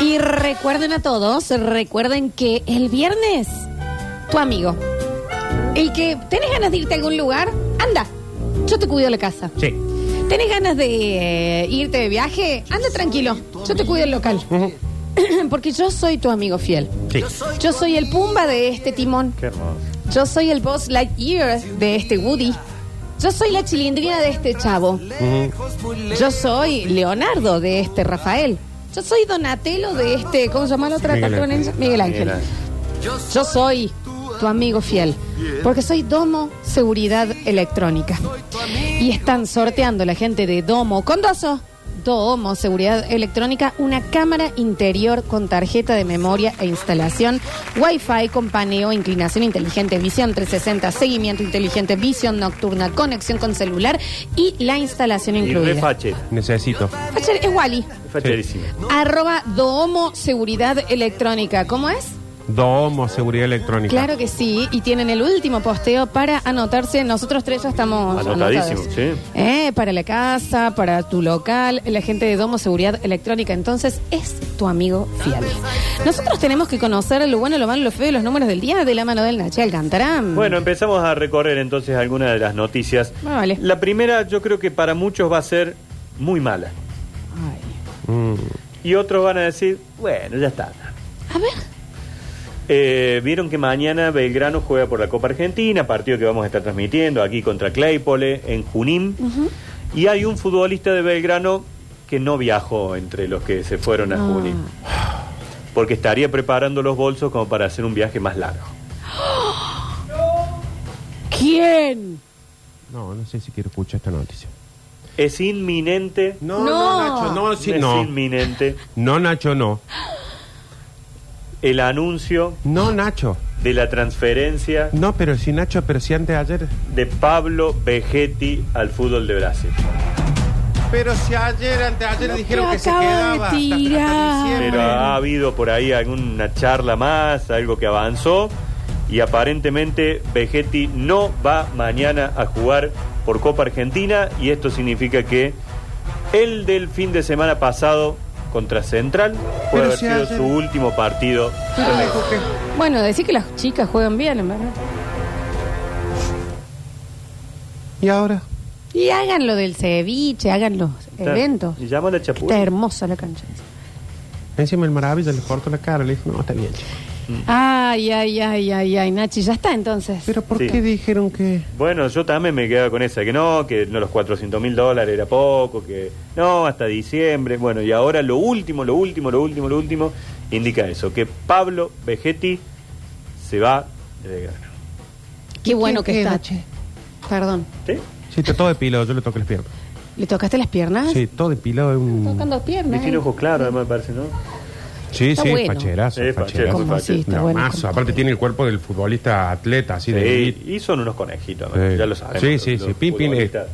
Y recuerden a todos, recuerden que el viernes, tu amigo, el que tenés ganas de irte a algún lugar, anda, yo te cuido la casa. Sí. ¿Tenés ganas de eh, irte de viaje? Anda tranquilo, yo te cuido el local. Porque yo soy tu amigo fiel. Sí. Yo soy el Pumba de este timón. Qué hermoso. Yo soy el Boss Lightyear de este Woody. Yo soy la chilindrina de este chavo. Yo soy Leonardo de este Rafael. Yo soy Donatello de este. ¿Cómo se llama la otra Miguel patrona? Ángel. Miguel Ángel. Miguel Ángel. Yo soy tu amigo fiel. Porque soy Domo Seguridad Electrónica. Y están sorteando la gente de Domo Condoso. Domo Seguridad Electrónica, una cámara interior con tarjeta de memoria e instalación, Wi-Fi con paneo, inclinación inteligente, visión 360, seguimiento inteligente, visión nocturna, conexión con celular y la instalación Y re incluida. fache, Necesito. Facher, Es Wally. facherísimo. Arroba Domo Seguridad Electrónica. ¿Cómo es? Domo, seguridad electrónica. Claro que sí, y tienen el último posteo para anotarse. Nosotros tres ya estamos Anotadísimos, anotados. sí. Eh, para la casa, para tu local, la gente de Domo Seguridad Electrónica. Entonces es tu amigo fiel. Nosotros tenemos que conocer lo bueno, lo malo, lo feo y los números del día de la mano del Nachi Alcantarán. Bueno, empezamos a recorrer entonces algunas de las noticias. Ah, vale. La primera yo creo que para muchos va a ser muy mala. Ay. Mm. Y otros van a decir, bueno, ya está. A ver, Eh, Vieron que mañana Belgrano juega por la Copa Argentina, partido que vamos a estar transmitiendo aquí contra Claypole en Junín. Y hay un futbolista de Belgrano que no viajó entre los que se fueron a No. Junín. Porque estaría preparando los bolsos como para hacer un viaje más largo. ¿quién? No, no sé si quiero escuchar esta noticia. Es inminente. No. No, no, Nacho, no, sí, es no. inminente No, Nacho, no. el anuncio No, Nacho. de la transferencia No, pero si Nacho, pero si antes de ayer. de Pablo Vegetti al fútbol de Brasil. Pero si ayer, antes de ayer Lo dijeron que que se acaba quedaba de hasta- hasta tirar. diciembre. Pero ah. ha habido por ahí alguna charla más, algo que avanzó. Y aparentemente Vegetti no va mañana a jugar por Copa Argentina. Y esto significa que el del fin de semana pasado contra Central Pero puede haber si sido ayer- su último partido. Bueno, decir que las chicas juegan bien, en verdad. ¿Y ahora? Y hagan lo del ceviche, hagan los eventos. Y llama a la Está chapulina. hermosa la cancha. Encima el maravilla le cortó la cara, le dijo, no, está bien. chico. Mm. Ay, ay, ay, ay, ay, Nachi, ya está entonces. Pero ¿por Sí. qué dijeron que.? Bueno, yo también me quedaba con esa, que no, que no los 400 mil dólares era poco, que no, hasta diciembre. Bueno, y ahora lo último, lo último, lo último, lo último, indica eso, que Pablo Vegetti se va de Belgrano. Qué bueno ¿Quién que queda, está. che? Perdón. ¿Sí? Sí, está todo depilado, yo le toqué las piernas. ¿Le tocaste las piernas? Sí, todo depilado es Tocan un. dos Y piernas. tiene eh. ojos claros, además, me parece, ¿no? Sí, Está sí, bueno. facherazo. Sí, fachero, facherazo. muy Como fachero. sí, está bueno. Bravazo. Aparte tiene el cuerpo del futbolista atleta, así de Sí, elite. y son unos conejitos, además, Sí. ya lo sabemos. Sí, sí, los sí. Pim, pim, eh. futbolistas.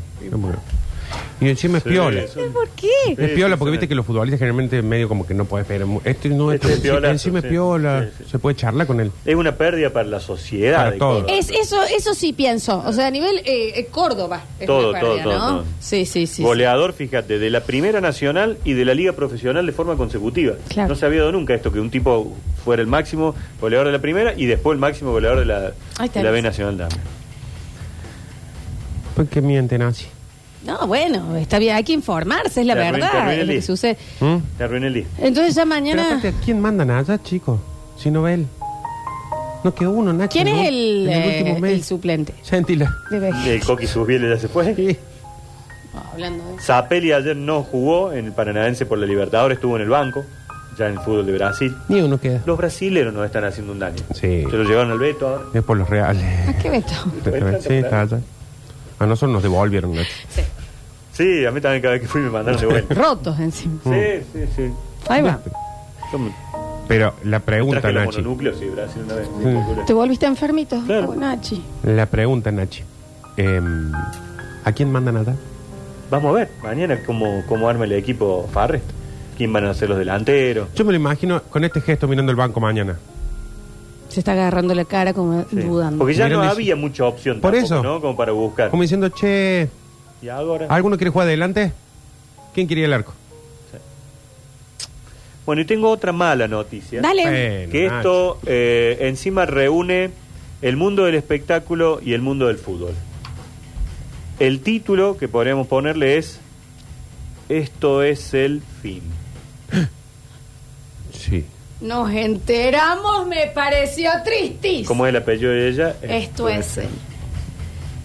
Y encima es Sí, piola. son- ¿Por qué? Sí, Es piola sí, porque sí. viste que los futbolistas generalmente medio como que no puedes esperar. mu- Este no, Este este, es piola, encima es sí. piola. Sí, sí. Se puede charlar con él. Es una pérdida para la sociedad. Para de todos. Córdoba. Es, eso, eso sí pienso. O sea, a nivel eh, eh, Córdoba. es Todo, una todo, pérdida, todo, ¿no? todo. Sí, sí, sí. Goleador, fíjate, de la Primera Nacional y de la Liga Profesional de forma consecutiva. Claro. No se había dado nunca esto, que un tipo fuera el máximo goleador de la Primera y después el máximo goleador de la, Ahí de la B tenés. Nacional también. ¿Por qué mienten así? sí. No, bueno, está bien. Hay que informarse, es la Te arruin- te verdad. arruiné es lo que el- sucede. ¿Mm? Te arruiné el día. Entonces ya Pero mañana. aparte, ¿a quién mandan allá, chicos? Si no ve él. No quedó uno, Nacho. ¿Quién ¿no? es el, En eh, último mes. el suplente? Sentila. De Vélez. El Coqui Susbiel ya se fue. Sí. No, Ah, hablando de. Zapelli ayer no jugó en el Paranaense por la Libertadores, estuvo en el banco, ya en el fútbol de Brasil. Ni uno queda. Los brasileros nos están haciendo un daño. Sí. Se lo llevaron al Beto ahora. Es por los reales. ¿A Ah, qué veto? Sí, está allá. A nosotros nos devolvieron, Nacho. Sí. Sí, a mí también cada vez que fui me mandaron de vuelta. Rotos encima. sí, sí, sí. Ahí va. Yo Pero la me pregunta, Traje los Nachi. mononúcleos y Brasil una vez. sí, Sí. locura. ¿Te volviste enfermito? Claro. Oh, Nachi. La pregunta, Nachi. Em, ¿A quién mandan allá? Vamos a ver mañana cómo, cómo arma el equipo Farre. ¿Quién van a ser los delanteros? Yo me lo imagino con este gesto mirando el banco mañana. Se está agarrando la cara como Sí. dudando. Porque ya Mirá, no dice- había mucha opción Por tampoco, eso. ¿no? Como para buscar. Como diciendo, che, Y ahora. ¿alguno quiere jugar adelante? ¿Quién quería el arco? Bueno, y tengo otra mala noticia. Dale. Bueno, que Nacho. esto eh, encima reúne el mundo del espectáculo y el mundo del fútbol. El título que podríamos ponerle es Esto es el fin. Sí. Nos enteramos, me pareció tristísimo. ¿Cómo es el apellido de ella? Esto es.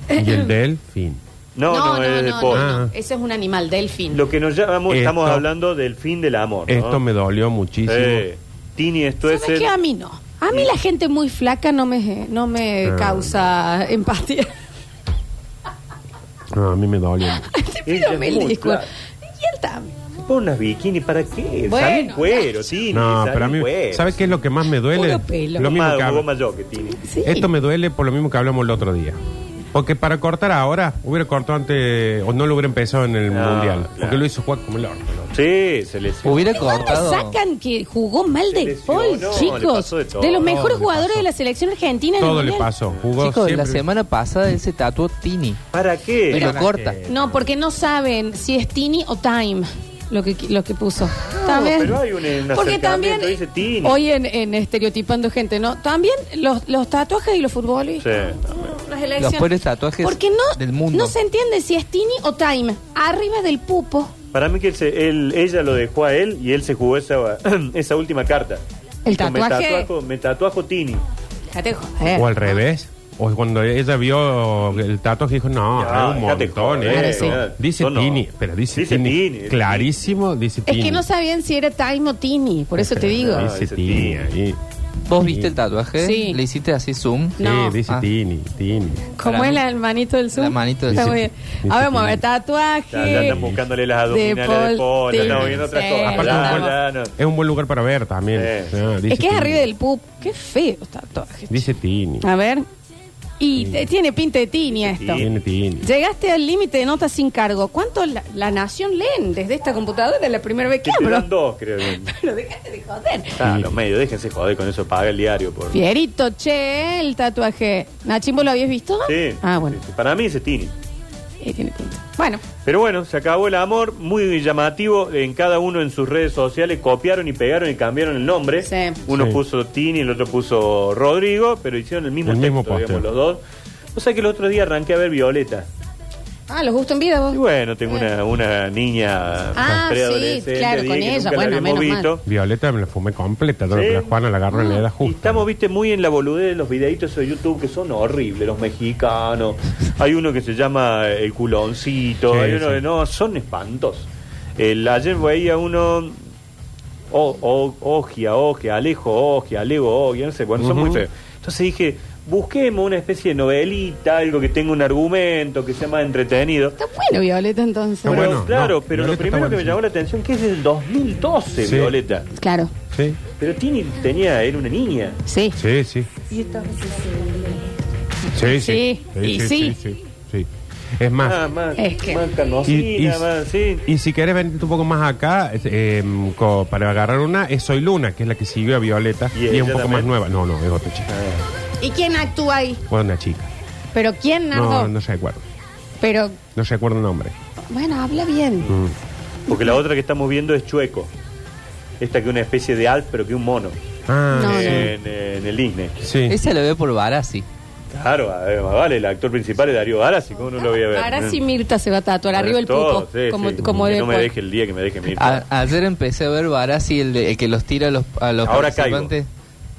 el- Y el delfín. No, no, es de Paul. Ah. Ese es un animal, delfín. Lo que nos llamamos, Esto- estamos hablando del fin del amor. ¿no? Esto me dolió muchísimo. Eh, Tini, esto ¿Sabes es el... qué? A mí no. A mí la gente muy flaca no me, no me Ah. causa empatía. No, a mí me dolió. Te pido Ella es mil muy disculpas. flaca. Y él también. Pon unas bikini, ¿para qué? Bueno, sale en cuero, Nacho. Tini, No, sale pues. pero a en mí. cuero. ¿Sabes qué es lo que más me duele? Puro pelo. Lo mismo que Más- Hugo hablo- Mayo que Tini. Sí. Esto me duele por lo mismo que hablamos el otro día. Porque para cortar ahora, hubiera cortado antes, o no lo hubiera empezado en el No, mundial. claro. Porque lo hizo Juan como el orto, ¿no? Sí, se les... Hubiera ¿Cuándo cortado. sacan que jugó mal Se del Paul, lesionó, le chicos? pasó de todo. De los Todo mejores le jugadores pasó. de la selección argentina. en el Todo le Mundial. pasó. Jugó Chicos, la siempre- semana pasada él se tatuó Tini. ¿Para qué? Y lo ¿para corta. qué? No, porque no saben si es Tini o Time lo que, lo que puso. ¿También? pero hay un- un porque también acercamiento, dice Tini. hoy en, en estereotipando gente, ¿no? También los, los tatuajes y los futbolistas. Sí, No, las elecciones. Los peores tatuajes porque no, del mundo. no se entiende si es Tini o Time. Arriba del pupo. Para mí que él se- él- ella lo dejó a él y él se jugó esa, esa última carta. El Dijo, tatuaje. Me tatuajo, me tatuajo Tini. Déjate joder. O al revés. O cuando ella vio el tatuaje dijo, no, Ya, es un déjate montón. joder, eh. sí. ya. Dice No, no. Tini, pero dice, Dice Tini. Tini, dice Clarísimo, dice Es Tini. que no sabían si era Time o Tini, por eso te digo. Ah, Dice dice Tini Tini. ahí. ¿Vos viste el tatuaje? Sí. ¿Le hiciste así zoom? Sí, No. dice Ah. Tini, Tini. ¿Cómo Para es mí- la- el manito del Zoom? La manito del Está Zoom. muy bien. Dice Ah, vamos a ver, Tini. Ya, ya tatuaje. están buscándole las abdominales Paul de Paul, ya Tini, estamos viendo otras sí, cosas. Aparte Ya, es, un buen, ya, no. es un buen lugar para ver también. Sí. Ah, dice Eh, Es que es Tini. arriba del pup. Qué feo tatuaje. Dice Tini. A ver. Y te- tiene pinta de Tini esto. Tini. Tiene Tini. Llegaste al límite de notas sin cargo. ¿Cuánto la, la nación leen desde esta computadora la primera vez que Que te dan abro? dos, creo. que. Pero dejate de joder. Ah, los medios, déjense joder con eso, paga el diario. Por... Sí. Fierito, che, el tatuaje. Nachimbo, ¿lo habías visto? Ah, bueno. Sí, sí. Para mí dice Tini. Eh, tiene pinta. Bueno, Pero bueno, se acabó el amor, muy llamativo. En cada uno en sus redes sociales copiaron y pegaron y cambiaron el nombre. Sí. Uno Sí. puso Tini, el otro puso Rodrigo, pero hicieron el mismo El mismo texto, digamos, posteo. los dos. O sea que el otro día arranqué a ver Violeta. ah, los gusto en vida vos. Y bueno, tengo una, una niña Eh. Ah, preadolescente, sí, claro, dije, con que ella, nunca la bueno, habíamos menos visto. Violeta me la fumé completa, todo lo Sí. Ah, que la Juana la agarró en la edad Y justa. estamos, viste, muy en la boludez de los videitos de YouTube que son horribles, los mexicanos. Hay uno que se llama eh, El culoncito, Sí, hay uno sí. que no, son espantos. El, ayer veía uno, o, o, Ogia, Ogia, Alejo, Ogia, Alego, Ogia, no sé, bueno, son Ujú. muy feos. Entonces dije, busquemos una especie de novelita, algo que tenga un argumento, que sea más entretenido. Está bueno, Violeta, entonces. Está Pero, bueno. no, claro, pero Violeta lo está primero que me buenísimo. llamó la atención que es del 2012, Sí. Violeta. Claro, Sí, Pero Tini tenía, era una niña. sí. sí, sí. Sí, sí. Sí, y sí. sí. Es más, Ah, más, Es que- más carnosina, Y- y- más, sí. y si querés venirte un poco más acá, es, em, co- para agarrar una, es Soy Luna, que es la que siguió a Violeta. ¿Y Y, es ella un poco más también? nueva. No, no, es otra chica. Ah, ¿Y quién actúa ahí? Bueno, una chica. ¿Pero quién, Nardo? No, no se acuerdo. Pero, No se acuerda el nombre. bueno, habla bien. Mm. Porque la otra que estamos viendo es Chueco. Esta que es una especie de alf, pero que es un mono. Ah, No, en, en el Disney. sí. Esa la ve por Barassi. Claro, a ver, más vale, el actor principal es Darío Arasi, ¿cómo no lo voy a ver? Mm. Ahora sí Mirta se va a tatuar arriba el pupo. Todo, sí, como sí. como que de no me Paul. deje el día que me deje mi Ah. A- ayer empecé a ver Barassi, el, de- el que los tira a los, a los Ahora participantes.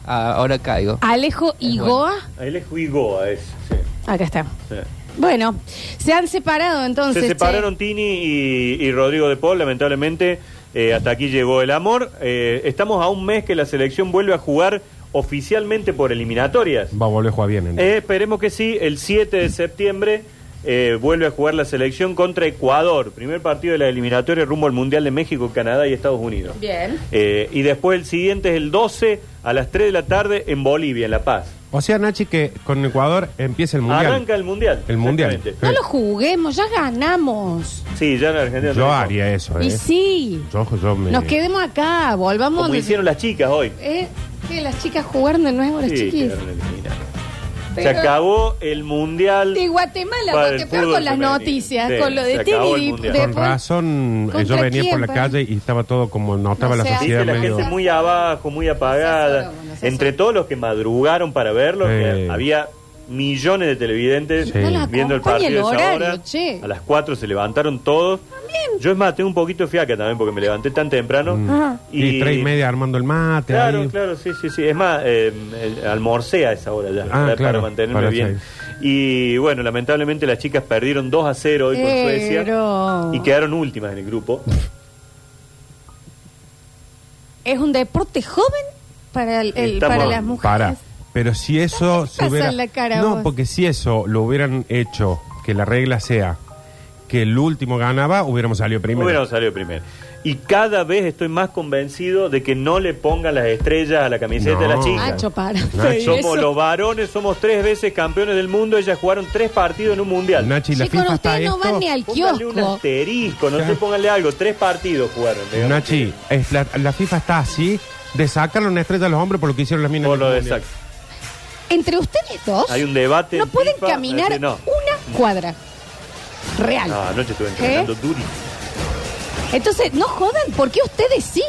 Ah, ahora caigo. Alejo y bueno. Goa. Él es Huigoa, es. sí, Acá está. sí. Bueno, se han separado entonces. este- Se che. separaron Tini y, y Rodrigo de Paul, lamentablemente. eh, hasta aquí llegó el amor. Eh, estamos a un mes que la selección vuelve a jugar oficialmente por eliminatorias. Va a volver a jugar bien. ¿no? Eh, esperemos que sí, el 7 de septiembre eh, vuelve a jugar la selección contra Ecuador. Primer partido de la eliminatoria rumbo al Mundial de México, Canadá y Estados Unidos. Bien. Eh, y después el siguiente es el 12 a las 3 de la tarde en Bolivia, en La Paz. O sea, Nachi, que con Ecuador empieza el mundial. Eh. Arranca el Mundial. El Mundial. Exactamente. No lo juguemos, ya ganamos. Sí, ya en Argentina. Yo no. haría eso, ¿eh? Y sí. Yo, yo me... Nos quedemos acá, volvamos. Como de- hicieron las chicas hoy. Eh, ¿qué, las chicas jugando de nuevo, las Sí, chiquis. quedaron eliminadas. Se Pero- acabó el mundial. De Guatemala, para porque el peor fútbol con las femenino. noticias, Sí, con lo se de acabó el Tini mundial. de- Con razón, eh, yo ¿Contra venía por la quién, pa? calle y estaba todo como notaba No la seas- sociedad Viste la medio. gente muy abajo, muy apagada. No seas solo, no seas Entre solo. todos los que madrugaron para verlo, Sí. que había millones de televidentes No la viendo el acompaña partido el a esa horario, hora. che. A las 4 se levantaron todos. Yo es más, tengo un poquito de fiaca también porque me levanté tan temprano. Y, Mm. tres y media armando el mate. Claro, ahí. claro, sí, sí, sí. Es más, eh, eh, almorcé a esa hora ya, Ah, para, para claro, mantenerme para bien. Y bueno, lamentablemente las chicas perdieron 2 a 0 hoy con Suecia Pero- y quedaron últimas en el grupo. ¿Es un deporte joven para, el- el- Estamos- para las No, mujeres? Para. Pero si eso ¿Qué se pasa hubiera. en la cara, no, vos? porque si eso lo hubieran hecho, que la regla sea que el último ganaba, hubiéramos salido primero. Hubiéramos salido primero. Y cada vez estoy más convencido de que no le pongan las estrellas a la camiseta de No. las chicas. Nacho, para. Nacho. Somos Eso. los varones, somos tres veces campeones del mundo, ellas jugaron tres partidos en un mundial. Nachi, la Chicos, FIFA está ustedes no van esto. ni al Póngale un kiosco. asterisco, no sé, póngale algo, tres partidos jugaron. digamos. Nachi, es la, la FIFA está así de sacarle una estrella a los hombres por lo que hicieron las minas. Por en el lo de Mundial. exacto. Entre ustedes dos Hay un debate no en pueden FIFA, caminar eh, no. Ah. una cuadra. Real. No, anoche estuve entrenando ¿Eh? durísimo. Entonces, no jodan, porque ustedes sí.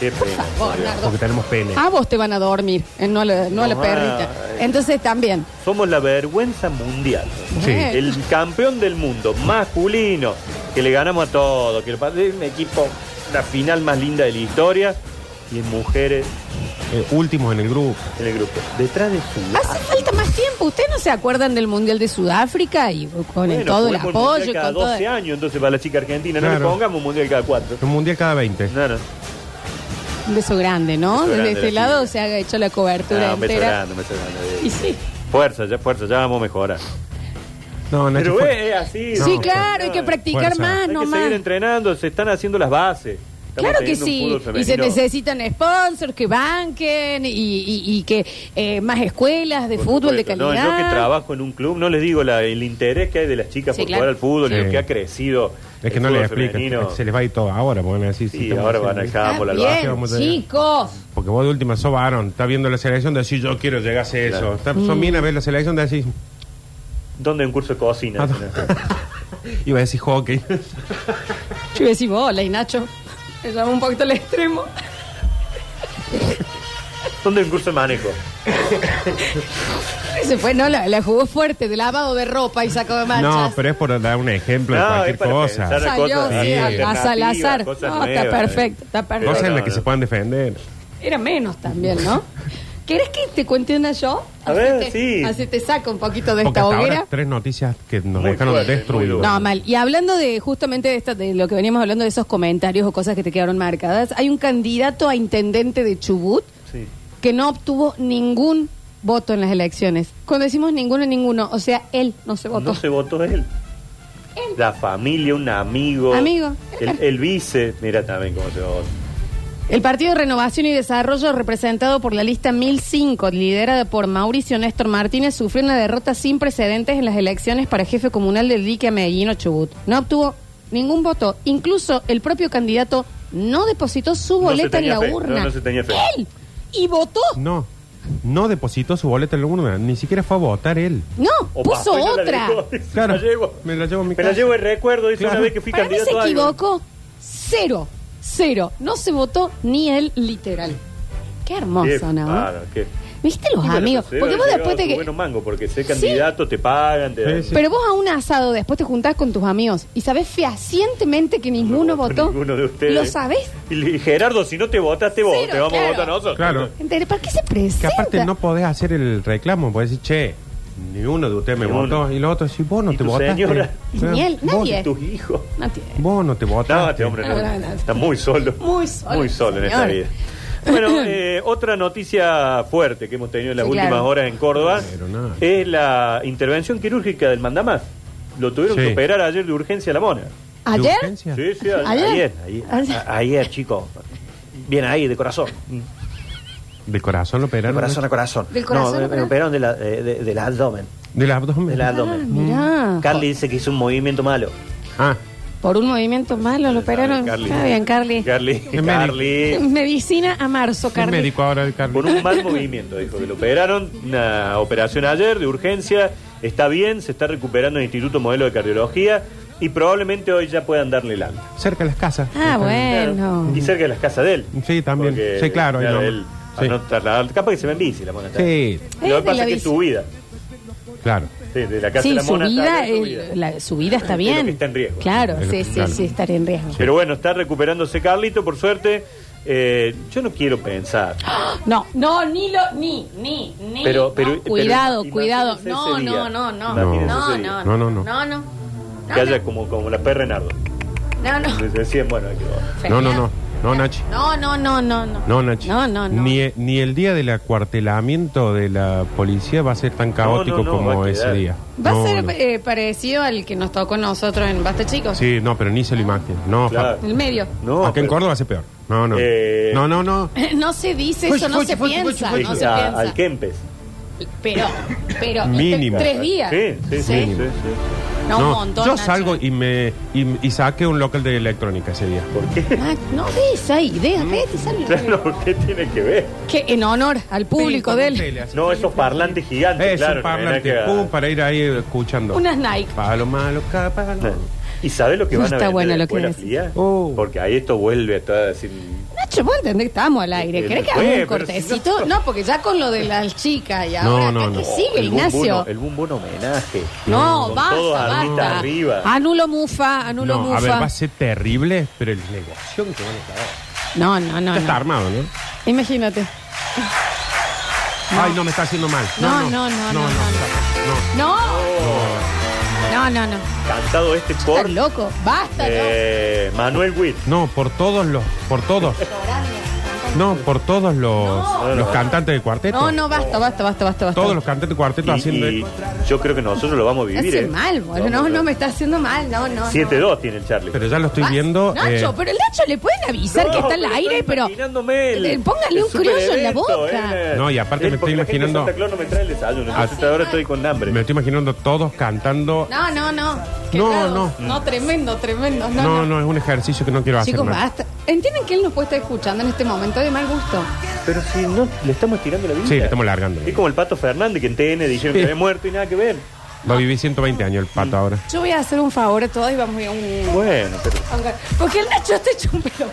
Qué Por pena, favor, Dios. Nardo. Porque tenemos pene. A vos te van a dormir, eh, no a la, no a la No, ah. perrita. ay. Entonces, también. Somos la vergüenza mundial. Sí. Eh, El campeón del mundo masculino, que le ganamos a todo, que le pasé un equipo, la final más linda de la historia, y en mujeres Eh, últimos en el grupo. en el grupo. Detrás de su. Hace falta más tiempo. ¿Ustedes no se acuerdan del Mundial de Sudáfrica? Y con el- Bueno, todo el juguemos mundial apoyo. y cada con todo- 12 años, entonces para la chica argentina, no le Claro. pongamos un mundial cada 4. Un mundial cada 20. No, no. Un beso grande, ¿no? Beso grande, Desde este la lado chica. se ha hecho la cobertura No, me estoy entera. grande, me estoy Y grande. sí. Fuerza, ya, fuerza, ya vamos a mejorar. No, Nachi. Pero fue- eh, es así. sí, no, claro, hay que no, practicar fuerza. más, Hay no que seguir más. entrenando, se están haciendo las bases. Estamos Claro que teniendo un sí, fútbol y se femenino. necesitan sponsors que banquen y, y- y que eh, más escuelas de Por fútbol de supuesto. No, calidad. yo que trabajo en un club, no les digo la- el interés que hay de las chicas Sí, por claro. jugar al fútbol y Sí. lo que ha crecido. Es que el no fútbol les explica. femenino. Se les va a ir todo ahora. Porque van a decir, Sí, estamos ahora van haciendo- acá. Ah, por la Está baja, bien, vamos a llegar. chicos. Porque vos de última sos varón. Estás viendo la selección, decís, yo quiero llegar a hacer eso. Claro. Está- Mm. Son bien a ver la selección, decís, ¿Dónde hay un curso de cocina? Ah, no. iba a decir hockey. Yo iba a decir, hola, y Nacho. Me llamo un poquito al extremo. ¿Dónde hay un curso de manejo? Se fue, no, la, la jugó fuerte, de lavado de ropa y sacó de manchas. No, pero es por dar un ejemplo de cualquier cosa. pensar en Salió, cosas sí, alternativas, al azar. cosas No, está nuevas. ¿eh? perfecto, está perfecto. Cosas en las No, que no. se puedan defender. Era menos también, ¿no? ¿Querés que te cuente una yo? A Así ver, te- sí. Así te saco un poquito de Porque esta hasta hoguera. ahora tres noticias que nos Muy dejaron fuerte, muy destruidos. duro. No, mal. Y hablando de justamente de, esta, de lo que veníamos hablando de esos comentarios o cosas que te quedaron marcadas, hay un candidato a intendente de Chubut Sí. que no obtuvo ningún voto en las elecciones. Cuando decimos ninguno, ninguno. O sea, él no se votó. No se votó él. La familia, un amigo. Amigo. El, el vice. Mira también cómo se votó. El Partido de Renovación y Desarrollo, representado por la lista 1005, liderada por Mauricio Néstor Martínez, sufrió una derrota sin precedentes en las elecciones para jefe comunal del dique Medellín Chubut. No obtuvo ningún voto. Incluso el propio candidato no depositó su No se boleta en tenía la fe, urna. no, no se tenía fe. Él y votó. No, no depositó su boleta en la urna. Ni siquiera fue a votar él. No, O puso pasó y no pues la otra. dejó. Se Claro, la llevo. me la llevo a mi Me la casa. llevo el recuerdo, dice Claro. una vez que fui Para mí se candidato a algo. equivocó. Cero, cero. No se votó ni él literal. Qué Qué hermoso, ¿no? claro, qué- ¿Viste los Y bueno, amigos? pues, Porque debe vos haber después llegado de su que... Bueno, mango, porque ser Sí. candidato te pagan. Te Sí, sí. Pero vos a un asado después te juntás con tus amigos y sabés fehacientemente que ninguno No votó. Ninguno de ustedes. ¿Lo sabés? Y le- Gerardo, si no te votaste vos, Cero, te vamos claro. a votar nosotros. Claro. ¿Entendés? ¿Para qué se presenta? Que aparte no podés hacer el reclamo, podés decir, che, ni uno de ustedes me Ni votó. uno. Y los otros, si vos no ¿Y te tu votaste. señora? Ni él, vos- nadie. Y tus hijos. No tiene- Vos no te No, votaste. este hombre no. No, no, no. Está muy solo. Muy solo, Muy solo en esta señor. vida. Bueno, eh, otra noticia fuerte que hemos tenido en las Sí, últimas claro. horas en Córdoba Pero nada. es la intervención quirúrgica del mandamás. Lo tuvieron Sí. que operar ayer de urgencia a la mona. ¿De Ah, ¿Ayer? urgencia? Sí, sí, a- ¿Ayer? ayer. Ayer, Ayer. a- ayer, chico. Bien ahí, de corazón. De corazón lo De operaron. corazón a ¿no? corazón. Del corazón no, a me- me corazón. Ah, operaron de la- eh, de- del abdomen. Del abdomen. Del abdomen. Mm. Mm. mirá. Carly dice que hizo un movimiento malo. Ah, Por un movimiento malo lo operaron. Carly. Está bien, Carly. Carly. médico. Carly. Medicina a marzo, Es Carly. médico ahora el Carlos. Por un mal movimiento, dijo que lo operaron. Una operación ayer de urgencia. Está bien, se está recuperando en el Instituto Modelo de Cardiología. Y probablemente hoy ya puedan darle el alta. Cerca de las casas. Ah, bueno. Y cerca de las casas de él. Sí, también. Porque, Sí, claro, y no- él, a sí. no trasladar- capaz que se ve en bici la mona. Sí, Es Lo de que pasa la es que bici. es su vida. claro. Sí, de la casa de Sí, la su mona. vida, está- su el- vida. la- su vida está Es lo bien. que está en riesgo. Claro, Es lo sí, que- sí, claro. sí, estaría en riesgo. Pero bueno, está recuperándose Carlito, por suerte. Eh, yo no quiero pensar. No, no, ni lo, ni, ni, ni. Pero- pero- no, cuidado, pero cuidado. imagínense No, ese no, día. no, no, no, Imagínense no, ese día. no, No, no, no. no, no, que haya como, como la perra Renardo. no, no. Les decían, bueno, hay que No, no, no. No, Nachi. No, no, no, no, no. No, Nachi. No, no, no. Ni, ni el día del acuartelamiento de la policía va a ser tan caótico no, va como a ese quedar. día. Va No, a ser no. eh, parecido al que nos tocó nosotros en Basta Chicos. Sí, no, pero ni se lo imagina. No, Claro. En el medio. fa- Acá en pero- Córdoba va a ser peor. No, no. Eh, No, no, no. No se dice eso, Fuchi, no fuchi, se fuchi, piensa, fuchi, no fuchi. se a- piensa. Ah, al Kempes. Pero, pero, este, Mínimo. tres días. Sí, sí, sí. sí, Mínimo. sí. No, No, un montón. Yo Nachi. salgo y me y, y saqué un local de electrónica ese día. ¿Por qué? Ah, No des ahí, idea, vete, sal- Claro, ¿por qué tiene que ver? Que en honor al público Sí, de con él. tele, así. No, esos parlantes gigantes, Es claro. un no hay nada parlante, que- pum, para ir ahí escuchando. Unas Nike. Palo malo, capa. No. ¿Y sabes lo que No van a está vender bueno lo que después de la decís. fría? Uh. Porque ahí esto vuelve a estar decir... Nacho, vos entendés que estábamos al aire. Eh, ¿Querés que eh, haga un pero si cortecito? no- no... porque ya con lo de las chicas y No, ahora no, acá no. que sigue, el Ignacio. Bumbuno, el Bumbuno homenaje. No, Con basta, todo artista basta. arriba. Anulo Mufa, No, anulo a ver, Mufa. va a ser terrible, pero el negocio que van a estar. No, no, no. Ya está no. armado, ¿no? Imagínate. Ay, no, me está haciendo mal. No, no, no, no, no. No, no, no, no. Cantado este por Estás loco. Basta, eh, Manuel Witt. No, por todos los, por todos. No, por todos los, No. los cantantes de cuarteto. no. No, no, basta, basta, basta, basta. basta. Todos los cantantes de cuarteto Y- haciendo. y yo creo que nosotros lo vamos a Me vivir. hace ¿eh? mal, boludo. Vamos No, a- no, me está haciendo mal. No, no. no. 7-2 tiene el Charlie. Pero ya lo estoy Vas- viendo. Nacho, eh, pero el Nacho le pueden avisar que No, está al pero aire, estoy pero. imaginándome el- Eh, póngale el un criollo en la superevento, eh. boca. No, y aparte me porque estoy la gente de imaginando- Ah, Santa Claus no me trae el desayuno. entonces sí, ahora mal. estoy con hambre. me estoy imaginando todos cantando. No, no, no. No, Quebrado. no. No, tremendo, tremendo. No, No, no. no, es un ejercicio que no quiero hacer. Chicos, más. basta. Entienden que él nos puede estar escuchando en este momento de mal gusto. Pero si no, le estamos tirando la vida. Sí, le estamos largando. Es como el pato Fernández que en TN dijeron que Sí. había muerto y nada que ver. Va a vivir 120 años el pato ahora. Yo voy a hacer un favor a todos y vamos a ir a un. Bueno, pero. a un gar- Porque el Nacho está hecho un pelo.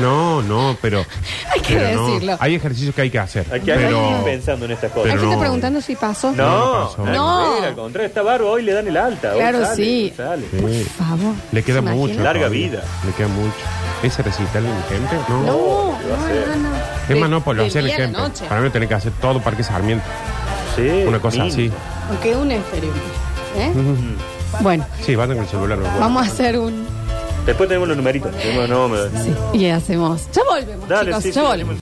No, no, pero. Hay que pero no. decirlo. Hay ejercicios que hay que hacer. Aquí hay pero- alguien pensando en estas Hay cosas. pero gente no. preguntando si pasó. No, No, no pasó. No. Al contrario, está barba, hoy le dan el alta. hoy Claro, sale, sí. sale. Por Sí. favor. Le queda ¿se imaginan? mucho. Larga todavía. vida. Le queda mucho. Ese recital en gente, no. No, Oh, ¿qué va a hacer? no, no, no. Es más, no, por lo De- hacer de día el a la ejemplo. noche. Para mí lo tenés que hacer todo Parque Sarmiento. Sí, Una cosa mínimo. así. Aunque un experimento. ¿eh? Bueno, Sí, va a tener el celular. los huevos. vamos a hacer un. Después tenemos los numeritos. Tenemos, no, me- Sí, y hacemos. Ya volvemos, Dale, chicos. sí, ya sí, volvemos.